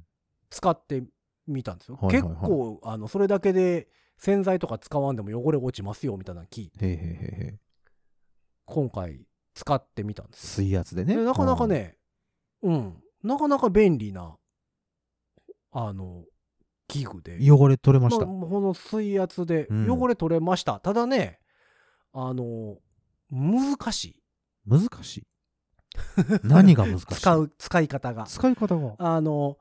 S2: 使ってみたんですよ、
S3: はいはいはい
S2: 結構あのそれだけで洗剤とか使わんでも汚れ落ちますよみたいなの聞いて
S3: へえへえへえへえ。
S2: 今回使ってみたんですよ
S3: 水圧でね。
S2: でなかなかねうんなかなか便利なあの器具で
S3: うん。汚れ取れました。
S2: まあこの水圧で
S3: うん
S2: 汚れ取れました、ただねあの難しい
S3: 難しい。何が難しい
S2: [laughs] 使う使い方が
S3: 使い方が。
S2: あの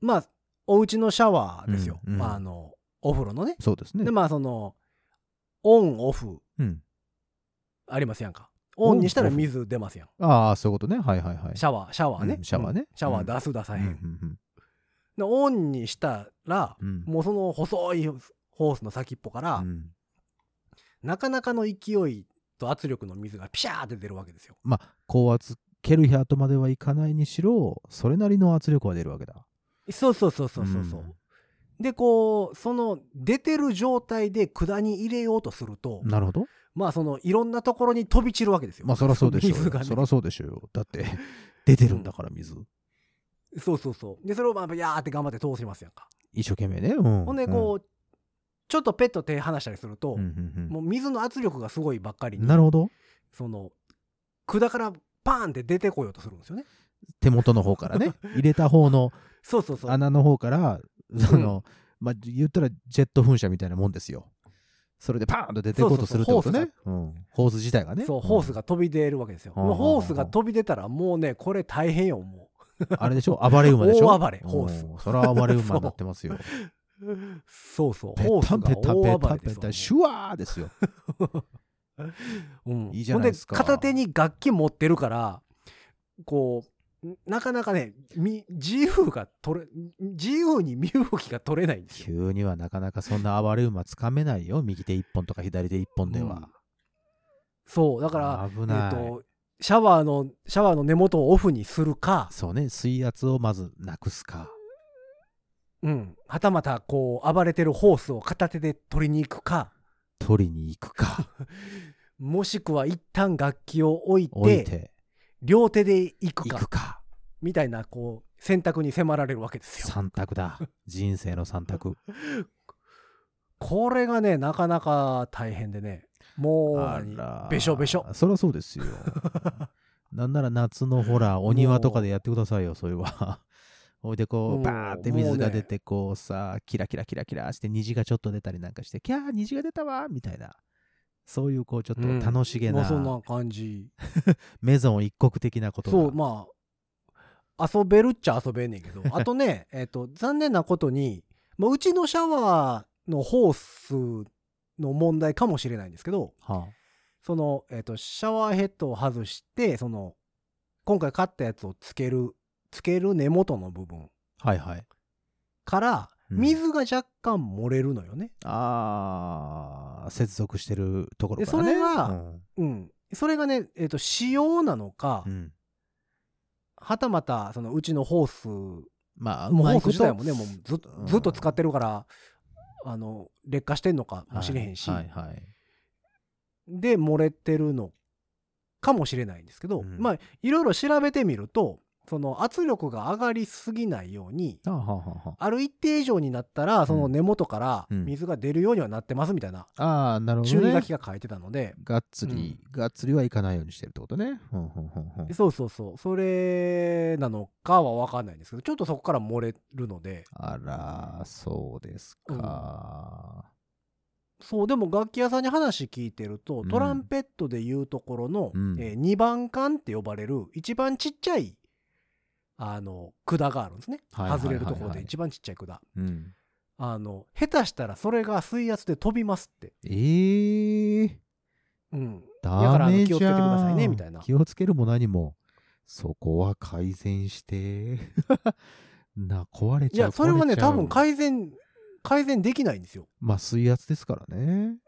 S2: まあお家のシャワーですよ、
S3: うんうん
S2: あのお風呂のね
S3: そうですね。
S2: でまあそのオンオフ
S3: うん、
S2: ありますやんかオンにしたら
S3: オンオフ
S2: 水出ますやん
S3: ああ、そういうことね。はいはいはい。
S2: シャワーシャワーね、
S3: うんシャワーね
S2: うんシャワー出す出さへん、
S3: うん
S2: でオンにしたら
S3: うんうんうん
S2: もうその細いホースの先っぽから、
S3: うん
S2: なかなかの勢いと圧力の水がピシャーって出るわけですよ
S3: まあ、高圧、ケルヒャーとまではいかないにしろ、それなりの圧力は出るわけだ。
S2: そうそうそうそうそうそう、
S3: うん
S2: でこうその出てる状態で管に入れようとすると、
S3: なるほど。
S2: まあそのいろんなところに飛び散るわけですよ
S3: まあ、そりゃそうでしょう
S2: 水
S3: よ。
S2: がね
S3: そりゃそうでしょうよ。だって、出てるんだから、水。
S2: そうそうそうでそれをまあやーって頑張って通しますやんか、
S3: 一生懸命ね。うん。
S2: ほんでこう、ちょっとペット手離したりすると、
S3: うん、うんうん
S2: もう水の圧力がすごいばっかり
S3: うん
S2: に
S3: なるほど。
S2: その管からパーンって出てこようとするんですよね
S3: 手元の方から
S2: [laughs]
S3: ね入れた方の
S2: そうそうそう。
S3: 穴の方からその、まあ言ったらジェット噴射みたいなもんですよそれでパーンと出ていこうとするってこ
S2: そ
S3: と
S2: う
S3: ね
S2: そう
S3: うんホース自体がね
S2: そうホース
S3: が
S2: が飛び出るわけですよ。
S3: うん
S2: もうホースが飛び出たらもうねこれ大変よも
S3: あれでしょ暴れ馬でしょ
S2: 大暴れホース
S3: うんそれは暴れ馬になってますよ
S2: う。そう [laughs] そう
S3: ペ
S2: ホース
S3: タ
S2: が
S3: ンペタン
S2: 大
S3: ペ
S2: 暴
S3: タ
S2: れ
S3: ン
S2: で
S3: ペ
S2: す
S3: タ
S2: わ
S3: ンシュワーですよ
S2: うん
S3: いいじゃないですか
S2: ほんで片手に楽器持ってるからこうなかなかねみ自由が取れ自由に身動きが取れないんですよ。
S3: 急にはなかなかそんな暴れ馬つかめないよ右手一本とか左手一本で
S2: うん
S3: は、
S2: そうだから
S3: 危
S2: え
S3: ない、
S2: っとシャワーのシャワーの根元をオフにするか、
S3: そうね水圧をまずなくすか
S2: うん、はたまたこう暴れてるホースを片手で取りに行くか
S3: 取りに行く
S2: [laughs]
S3: か
S2: もしくは一旦楽器を置いて
S3: 置いて
S2: 両手で行く
S3: 行
S2: か
S3: くか
S2: みたいなこう選択に迫られるわけですよ。
S3: 三択だ人生の
S2: [laughs]
S3: 三択
S2: これがねなかなか大変でねもう
S3: あ
S2: 何
S3: ら
S2: べしょべしょ。
S3: そりゃそう
S2: [laughs]
S3: ですよなんなら夏のほらお庭とかでやってくださいよそれは [laughs] ほいでこ
S2: もう
S3: うバーって水が出てこうさキラキラキラキラして虹がちょっと出たりなんかしてキャー虹が出たわーみたいなそういうこうちょっと
S2: うん
S3: 楽しげ
S2: ま
S3: な
S2: あ、そんな感じ
S3: メゾン一国的なことが
S2: そうまあ遊べるっちゃ遊べんねんけ
S3: [laughs]
S2: どあとねえっと残念なことに、まあ、うちのシャワーのホースの問題かもしれないんですけど
S3: はあ
S2: その、えっとシャワーヘッドを外してその今回買ったやつをつけるつける根元の部分
S3: はいはい
S2: から
S3: うん
S2: 水が若干漏れるのよね。
S3: あー接続してるところ
S2: で
S3: から
S2: そ
S3: ね
S2: れは、う
S3: うん
S2: ん、それがね、えっと仕様なのか、
S3: うん
S2: はたまたそのうちのホース
S3: まあ
S2: もうホ
S3: ま
S2: ー
S3: い
S2: ス
S3: こと
S2: 自体もねもうずっ
S3: うん
S2: ずっと使ってるからあの劣化してんのかもしれへんし、
S3: はいはいはい
S2: で漏れてるのかもしれないんですけど、
S3: うん
S2: まあいろいろ調べてみるとその圧力が上がりすぎないように
S3: あはあはあは
S2: ある一定以上になったらその根元から
S3: うん
S2: 水が出るようにはなってますみたいな
S3: ああーなるほど、
S2: 注
S3: ね、
S2: 意書きが書いてたので、
S3: がっつり、がっつりはいかないようにしてるってことね。ほんほんほんほん
S2: そうそうそうそれなのかは分かんないんですけどちょっとそこから漏れるので
S3: あら、そうですか。
S2: そうでも楽器屋さんに話聞いてると、
S3: うん
S2: トランペットでいうところの、
S3: うん
S2: え2番管って呼ばれる一番ちっちゃいあの管があるんですね、
S3: はいはいはい
S2: 外
S3: はい
S2: れるところで一番ちっちゃい管
S3: うん。
S2: あの下手したらそれが水圧で飛びますって、
S3: えー、
S2: うん、から
S3: ダメ
S2: 気
S3: じゃん
S2: をつけてくださいねみたいな
S3: 気をつけるも何も、そこは改善して。 [laughs] な、壊れ
S2: い
S3: ちゃう。
S2: やそれはね
S3: 壊ちゃ
S2: 多
S3: う
S2: 分改善改善できないんですよ。
S3: まあ、水圧ですからね。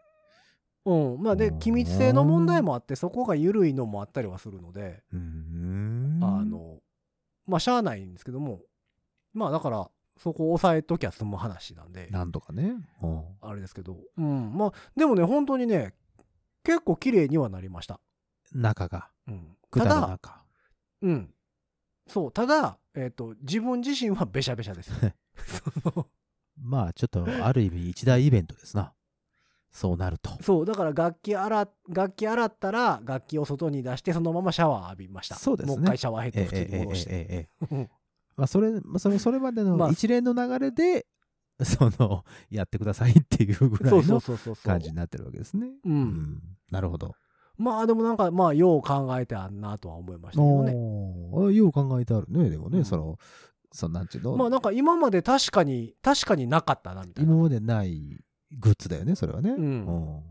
S2: うん、まあで
S3: うん
S2: 気密性の問題もあってそこが緩いのもあったりはするので、
S3: うーん。
S2: あ、のまあしゃあないんですけどもまあだからそこを抑えときゃ済む話なんで
S3: なんとかね。うん
S2: あれですけど、うん、まあでもね本当にね結構綺麗にはなりました、
S3: 中が、
S2: うん、
S3: 管
S2: た
S3: の
S2: だ、
S3: 中。
S2: うん、そうただ、えっと自分自身はべしゃべしゃです
S3: [laughs]
S2: その
S3: まあ、ちょっと、ある意味、一大イベントですな。そうなる
S2: [laughs]
S3: と。
S2: そうだから楽器洗楽器洗ったら楽器を外に出してそのままシャワー浴びました
S3: そうですね
S2: もう一回シャワーヘッド
S3: ええ
S2: 普通に戻して、
S3: ええええええ
S2: うん
S3: まあ、それ、まあ、そのそれまで
S2: まあ
S3: の一連の流れで、 [laughs] その、やってくださいっていうぐら
S2: そう
S3: い
S2: そう
S3: の
S2: そうそうそう
S3: 感じになってるわけですね。
S2: う、
S3: うんなるほど。
S2: まあでもなんかまあよう考えてあんなとは思いましたけどね
S3: おーあよう考えてあるね、でも
S2: う
S3: ね、
S2: ん
S3: その、そのなんていうの、
S2: まあなんか今まで確かに確かになかったなみたいな、
S3: 今までないグッズだよね、それはね。
S2: うん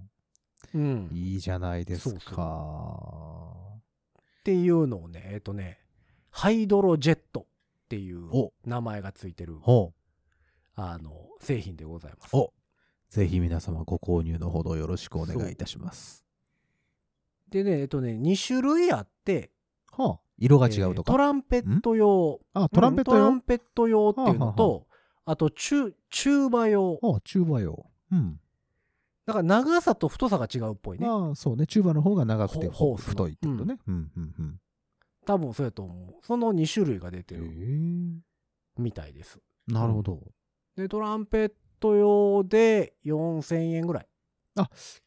S2: う
S3: うん
S2: ん、
S3: いいじゃないです
S2: そう
S3: か。
S2: っていうのをねえっ、とねハイドロジェットっていう
S3: お
S2: 名前がついてる
S3: ほ
S2: あの製品でございます
S3: うおぜひ皆様ご購入のほどよろしくお願いいたします。
S2: でねえっ、とね2種類あって
S3: はあ、色が違うと
S2: えート
S3: か。
S2: ランペット用
S3: あ、トランペット
S2: うんトラ
S3: よ
S2: ン。ペット用っていうのと
S3: はあ
S2: あとチュチューバ用
S3: あ、チューバよ。うん。
S2: だから長さと太さが違うっぽいね
S3: まあそうねチューバの方が長くて
S2: ほホ
S3: ほ
S2: ースの
S3: 太いってことね。うんうんうん。
S2: 多分そうやと思うその2種類が出てるみたいです
S3: えなるほど。
S2: でトランペット用で4000円ぐらい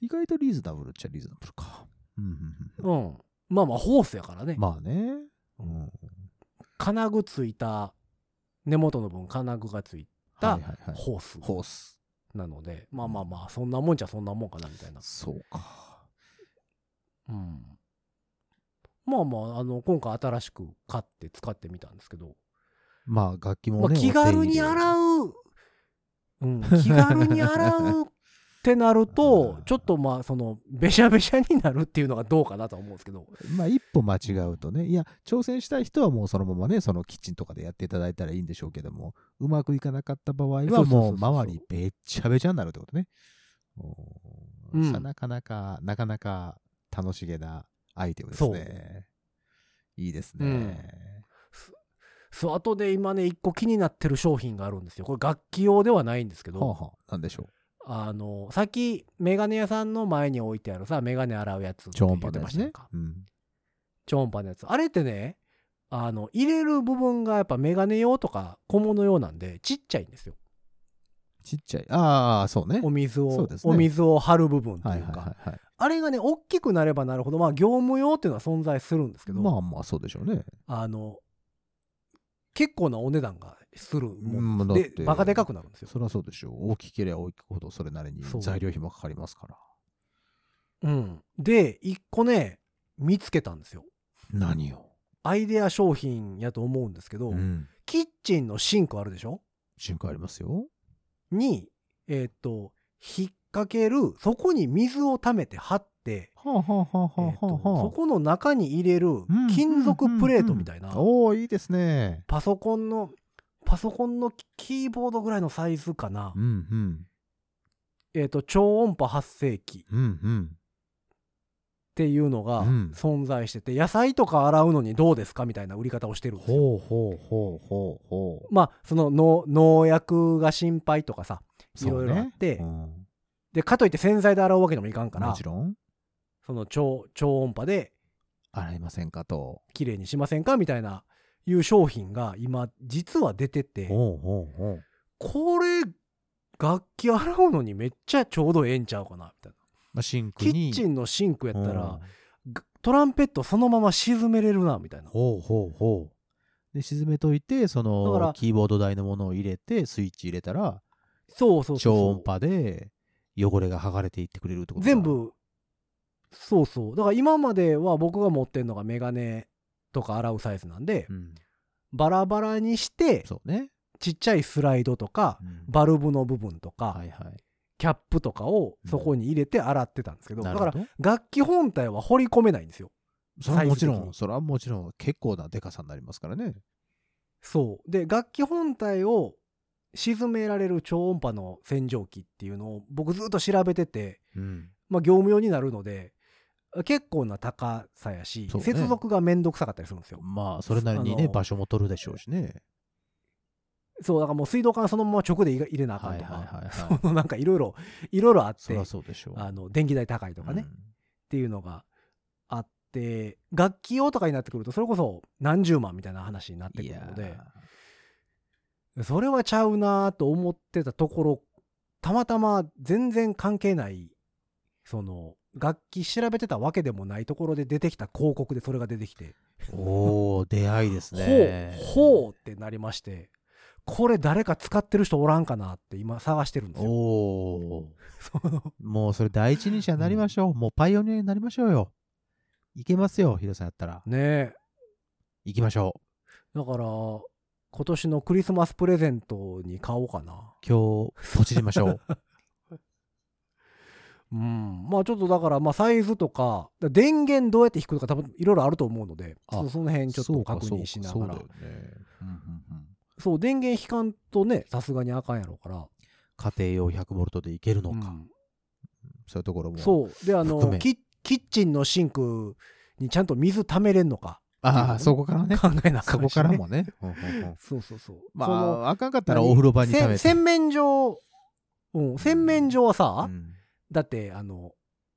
S3: 意外とリーズナブルっちゃリーズナブルか。うんうんうん
S2: うんまあまあホースやからね、
S3: まあね。うん
S2: 金具ついた根元の分金具がついた
S3: はいはいはい
S2: ホース
S3: ホース
S2: なのでまあまあまあそんなもんじゃそんなもんかなみたいな
S3: そうか
S2: うんまあまああの今回新しく買って使ってみたんですけど
S3: まあ楽器
S2: ま
S3: も
S2: あ
S3: ね、
S2: 気軽に洗う、うん、気軽に洗うってなると
S3: うん
S2: ちょっとまあそのべしゃべしゃになるっていうのがどうかなとは思うんですけど
S3: まあ一歩間違うとねいや挑戦したい人はもうそのままねそのキッチンとかでやっていただいたらいいんでしょうけどもうまくいかなかった場合
S2: そ
S3: は
S2: うそうそう
S3: も
S2: そう
S3: う周りべっちゃべちゃになるってことねおー
S2: うん
S3: さあなかなかなかなか楽しげなアイテムですねいいですね、
S2: うんスワトで今ね一個気になってる商品があるんですよこれ楽器用ではないんですけど、
S3: はあはあなんでしょ
S2: あのさっきメガネ屋さんの前に置いてあるさメガネ洗うやつっ
S3: う
S2: て
S3: 超
S2: 言
S3: 音
S2: っ
S3: 波
S2: て
S3: で
S2: まし
S3: す
S2: たやん
S3: ね
S2: か、
S3: うん、
S2: 超音波のやつあれってねあの入れる部分がやっぱメガネ用とか小物用なんでちっちゃいんですよ
S3: ちっちゃいああそうね
S2: お水
S3: そ
S2: を、
S3: うですね
S2: お水を張る部分って
S3: はいいう
S2: か、
S3: はいはいはい
S2: あれがね大きくなればなるほどまあ業務用っていうのは存在するんですけど、
S3: まあまあそうでしょうね
S2: あの結構なお値段がするも
S3: うん
S2: ん
S3: だ
S2: でで
S3: って
S2: バカでかくなるんですよ
S3: そりゃそうでしょう大きければ大きくほどそれなりに
S2: そう
S3: 材料費もかかりますから
S2: うん、で一個ね見つけたんですよ
S3: 何を、
S2: アイデア商品やと思うんですけど、
S3: うん、
S2: キッチンのシンクあるでしょ
S3: 瞬間ありますよ
S2: にえーっと引っ掛けるそこに水を溜めて張って、
S3: はあはあは
S2: え
S3: あ
S2: ーっとそこの中に入れる
S3: うん
S2: 金属プレートみたいな、
S3: おおいいですね
S2: パソコンのパソコンのキーボードぐらいのサイズかな、
S3: うんうん
S2: えーっと超音波発生器
S3: うんうん
S2: っていうのが
S3: うん
S2: 存在してて、野菜とか洗うのにどうですかみたいな売り方をしてるんですよ。
S3: ほうほうほうほうほ
S2: まあその農農薬が心配とかさ
S3: うい
S2: いろいろあって
S3: うん、
S2: でかといって洗剤で洗うわけにもいかんか
S3: も
S2: ら
S3: ちろん
S2: その超超音波で
S3: 洗いませんかと
S2: 綺麗にしませんかみたいないう商品が今実は出てて
S3: ほうほうほう
S2: これ楽器洗うのにめっちゃちょうどええんちゃうかなみたいな
S3: まあ、シンク
S2: キ
S3: に
S2: ッチ
S3: ン
S2: ンのシンクやった
S3: ほ
S2: らがトランペットそのまま沈めれるなみたいな
S3: うほうほうで沈めといてそ
S2: だから
S3: のキーボード台のものを入れてスイッチ入れたら
S2: そうそうそうそう
S3: 超音波で汚れが剥がれていってくれるってことだ
S2: 全部そうそうだから今までは僕が持ってるのがメガネとか洗うサイズなんで、
S3: うん
S2: バラバラにして
S3: そうね、
S2: ちっちゃいスライドとか
S3: うん
S2: バルブの部分とか、
S3: はいはい
S2: キャップとかをそこに入れて洗ってたんですけど、だ
S3: なる
S2: か
S3: ほ
S2: ら
S3: ど
S2: 楽器本体は掘り込めないんですよ
S3: それはもちろ
S2: サイズ的
S3: ん
S2: に
S3: それはもちろん結構なデカさになりますからね
S2: そうで楽器本体を沈められる超音波の洗浄機っていうのを僕ずっと調べてて、
S3: うん
S2: まあ、業務用になるので結構な高さやし、
S3: そうね
S2: 接続がめんどくさかったりするんですよ
S3: まあそれなりに
S2: あ
S3: ね
S2: の
S3: 場所も取るでしょうしね
S2: そうだからもう水道管そのまま直で入れなあか
S3: は
S2: ん
S3: い
S2: と
S3: はい
S2: か
S3: はい
S2: [laughs]
S3: は
S2: そ
S3: い
S2: のなんかいろいろいろいろあっ
S3: そ
S2: て
S3: りゃそうでしょう
S2: あの電気代高いとかね、
S3: う
S2: っ
S3: ん
S2: ていうのがあって楽器用とかになってくるとそれこそ何十万みたいな話になってく
S3: い
S2: る
S3: や
S2: の
S3: ー
S2: でそれはちゃうなと思ってたところたまたま全然関係ないその楽器調べてたわけでもないところで出てきた広告でそれが出てきて、
S3: おお出会いですね
S2: ほうほうってなりましてこれ誰か使ってる人おらんかなって今探してるんですよ。
S3: おお
S2: その
S3: もうそれ第一人者になりましょう、もうパイオニアになりましょうよいけますよヒロさんやったら
S2: ねえ
S3: 行きましょう
S2: だから今年のクリスマスプレゼントに買おうかな
S3: 今日ポチりましょう
S2: うんまあちょっとだからまあサイズとかだから電源どうやって引くとか多分いろいろあると思うのでち
S3: あ
S2: ょっとその辺ちょっ
S3: そ
S2: と
S3: うか
S2: 確認しながら
S3: そうかそうだよねうんうんうん
S2: そう電源引かんとねさすがにあかんやろうから
S3: 家庭用100ボルトでいけるのか、
S2: うん
S3: そういうところも
S2: そうであ
S3: 含
S2: の
S3: め
S2: キキッチンのシンクにちゃんと水溜めれんのか
S3: ああそこからね
S2: 考えな [laughs] あか
S3: そ
S2: んしね
S3: こからもね、うんうんうん
S2: そうそうそう
S3: ま
S2: その
S3: ああかんかったらお風呂場に
S2: せ
S3: 食
S2: ん
S3: べて
S2: 洗面所うん洗面所はさ、
S3: うん
S2: だってあの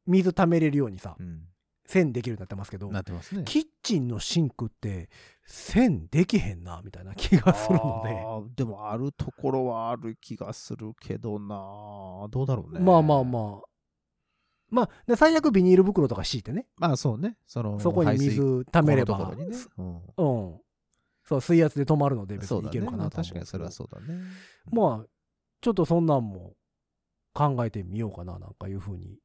S2: 水溜めれるようにさ
S3: うん
S2: 線できるようになってますけど
S3: なってますね
S2: キッチンのシンクって線できへんなみたいな気がするので
S3: あーでもあるところはある気がするけどなどうだろうね
S2: まあまあ
S3: あ
S2: まあまあで最悪ビニール袋とか敷いてね
S3: まあそうねその
S2: そこに
S3: 排水
S2: 水溜めれば、
S3: 口のところにね、うん
S2: うんそう水圧で止まるので別
S3: そう
S2: にい
S3: だ
S2: け
S3: ね。
S2: るか
S3: ま
S2: な
S3: あ
S2: と思うん
S3: 確かに
S2: ですけ
S3: そ
S2: ど
S3: れはそうだね。
S2: まあちょっとそんなんも考えてみようかななんかいうふうに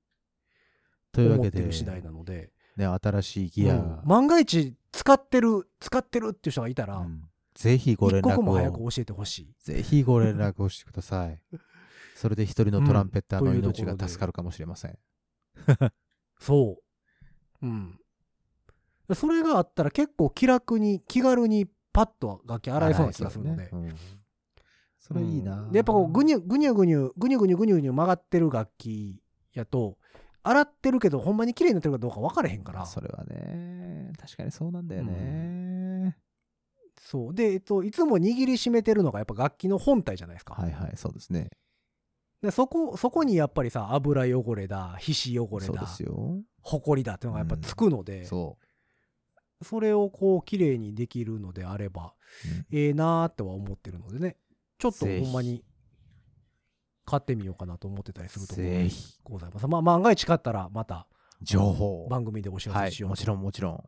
S3: というわ
S2: 思っ
S3: け
S2: て
S3: で、
S2: る次第なので
S3: ね、新しいギア、
S2: うん万が一使ってる使ってるっていう人がいたら、
S3: うんぜひご連
S2: 一
S3: 絡
S2: 刻も早く
S3: を
S2: 教、えてほしい
S3: ぜひご連絡をしてください。それで一人のトランペッターの
S2: うんというと
S3: 命
S2: ころ
S3: が
S2: で
S3: 助かるかもしれません。
S2: そううんそれがあったら結構気楽に気軽にパッと楽器洗えそうな気がするので、
S3: 洗えそうだねうんそれいいな
S2: う。んでやっぱこうぐにゅぐにゅぐにゅぐにゅぐにゅぐにゅぐにゅ曲がってる楽器やと洗ってるけどほんまに綺麗になってるかどうか分かれへんから
S3: それはね、確かにそうなんだよね。
S2: そうで、えっと、いつも握りしめてるのがやっぱ楽器の本体じゃないですか、
S3: はいはい、そうですね。
S2: でそこそこにやっぱりさ油汚れだ皮脂汚れ
S3: そうで
S2: だ
S3: すよ。
S2: ほこりだっていうのがやっぱつくので、そ
S3: そ
S2: れをこう綺麗にできるのであれば
S3: うん
S2: ええなーっては思ってるのでねちょっと
S3: ぜひ
S2: ほんまに買ってみようかなと思ってたりするところ
S3: ぜ
S2: で
S3: ひ
S2: ございますまあ万が一買ったらまた
S3: う。情報。
S2: 番組でお知ら
S3: は
S2: せ
S3: い、
S2: しよう
S3: も
S2: と
S3: ちろんもちろん。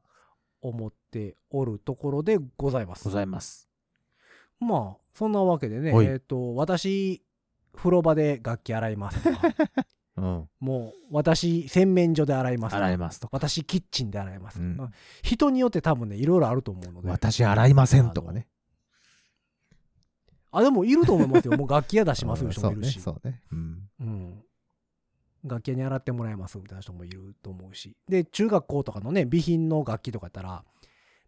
S2: 思っておるところでございます。
S3: ございます。
S2: まあそんなわけでね、
S3: はい
S2: えっ、と私風呂場で楽器洗いますと
S3: [laughs]
S2: か
S3: うん。
S2: もう私洗面所で洗いますとか
S3: 洗いますとか。
S2: 私キッチンで洗いますとか、
S3: うん
S2: まあ人によって多分ねいろいろあると思うので
S3: 私洗いませんとかね。
S2: あでもいると思いますよもう楽器屋出し
S3: [laughs]
S2: ますよ人もいるし、
S3: そうね。そうね。うん。
S2: うん、楽器屋に洗ってもらいますみたいな人もいると思うしで中学校とかのね備品の楽器とかやったら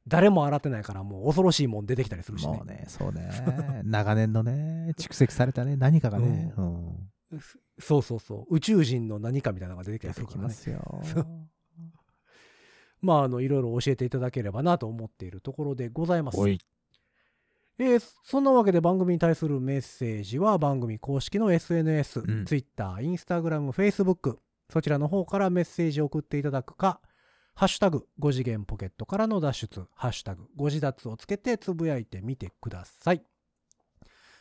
S2: 誰も洗ってないからもう恐ろしいもん出てきたりするしね
S3: もうね、そうね。 [laughs] 長年のね、蓄積されたね、何かがね、
S2: う
S3: うん。
S2: そうそうそう宇宙人の何かみたいなのが出てきた
S3: 出
S2: りする
S3: て
S2: か
S3: き
S2: ら
S3: ま
S2: ね
S3: すよ。
S2: まああのいろいろ教えていただければなと思っているところでございます
S3: おい。
S2: えーそんなわけで番組に対するメッセージは番組公式の SNS、
S3: うん
S2: Twitter、Instagram、Facebook そちらの方からメッセージを送っていただくか「ハッシュタグ #5 次元ポケットからの脱出」「ハッシュタグ #5 次脱」をつけてつぶやいてみてください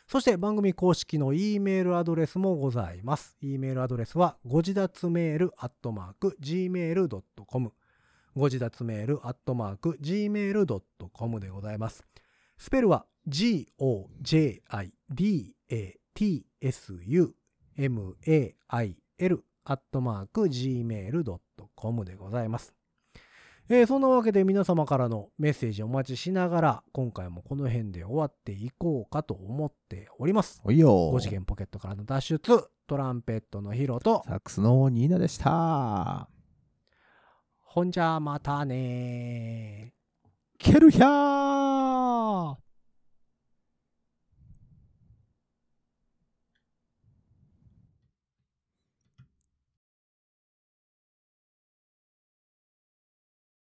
S2: そして番組公式の E メールアドレスもございます。E メールアドレスは、ご自立メールアットマーク gmail.com。ご自立メールアットマーク gmail.com でございます。スペルは、g-o-j-i-d-a-t-s-u-m-a-i-l アットマーク gmail.com でございます。えーそんなわけで皆様からのメッセージをお待ちしながら、今回もこの辺で終わっていこうかと思っております。
S3: おいよ。
S2: 5次元ポケットからの脱出、トランペットのヒロと、
S3: サックスのニーナでした。
S2: ほんじゃまたねー。
S3: ケルヒャー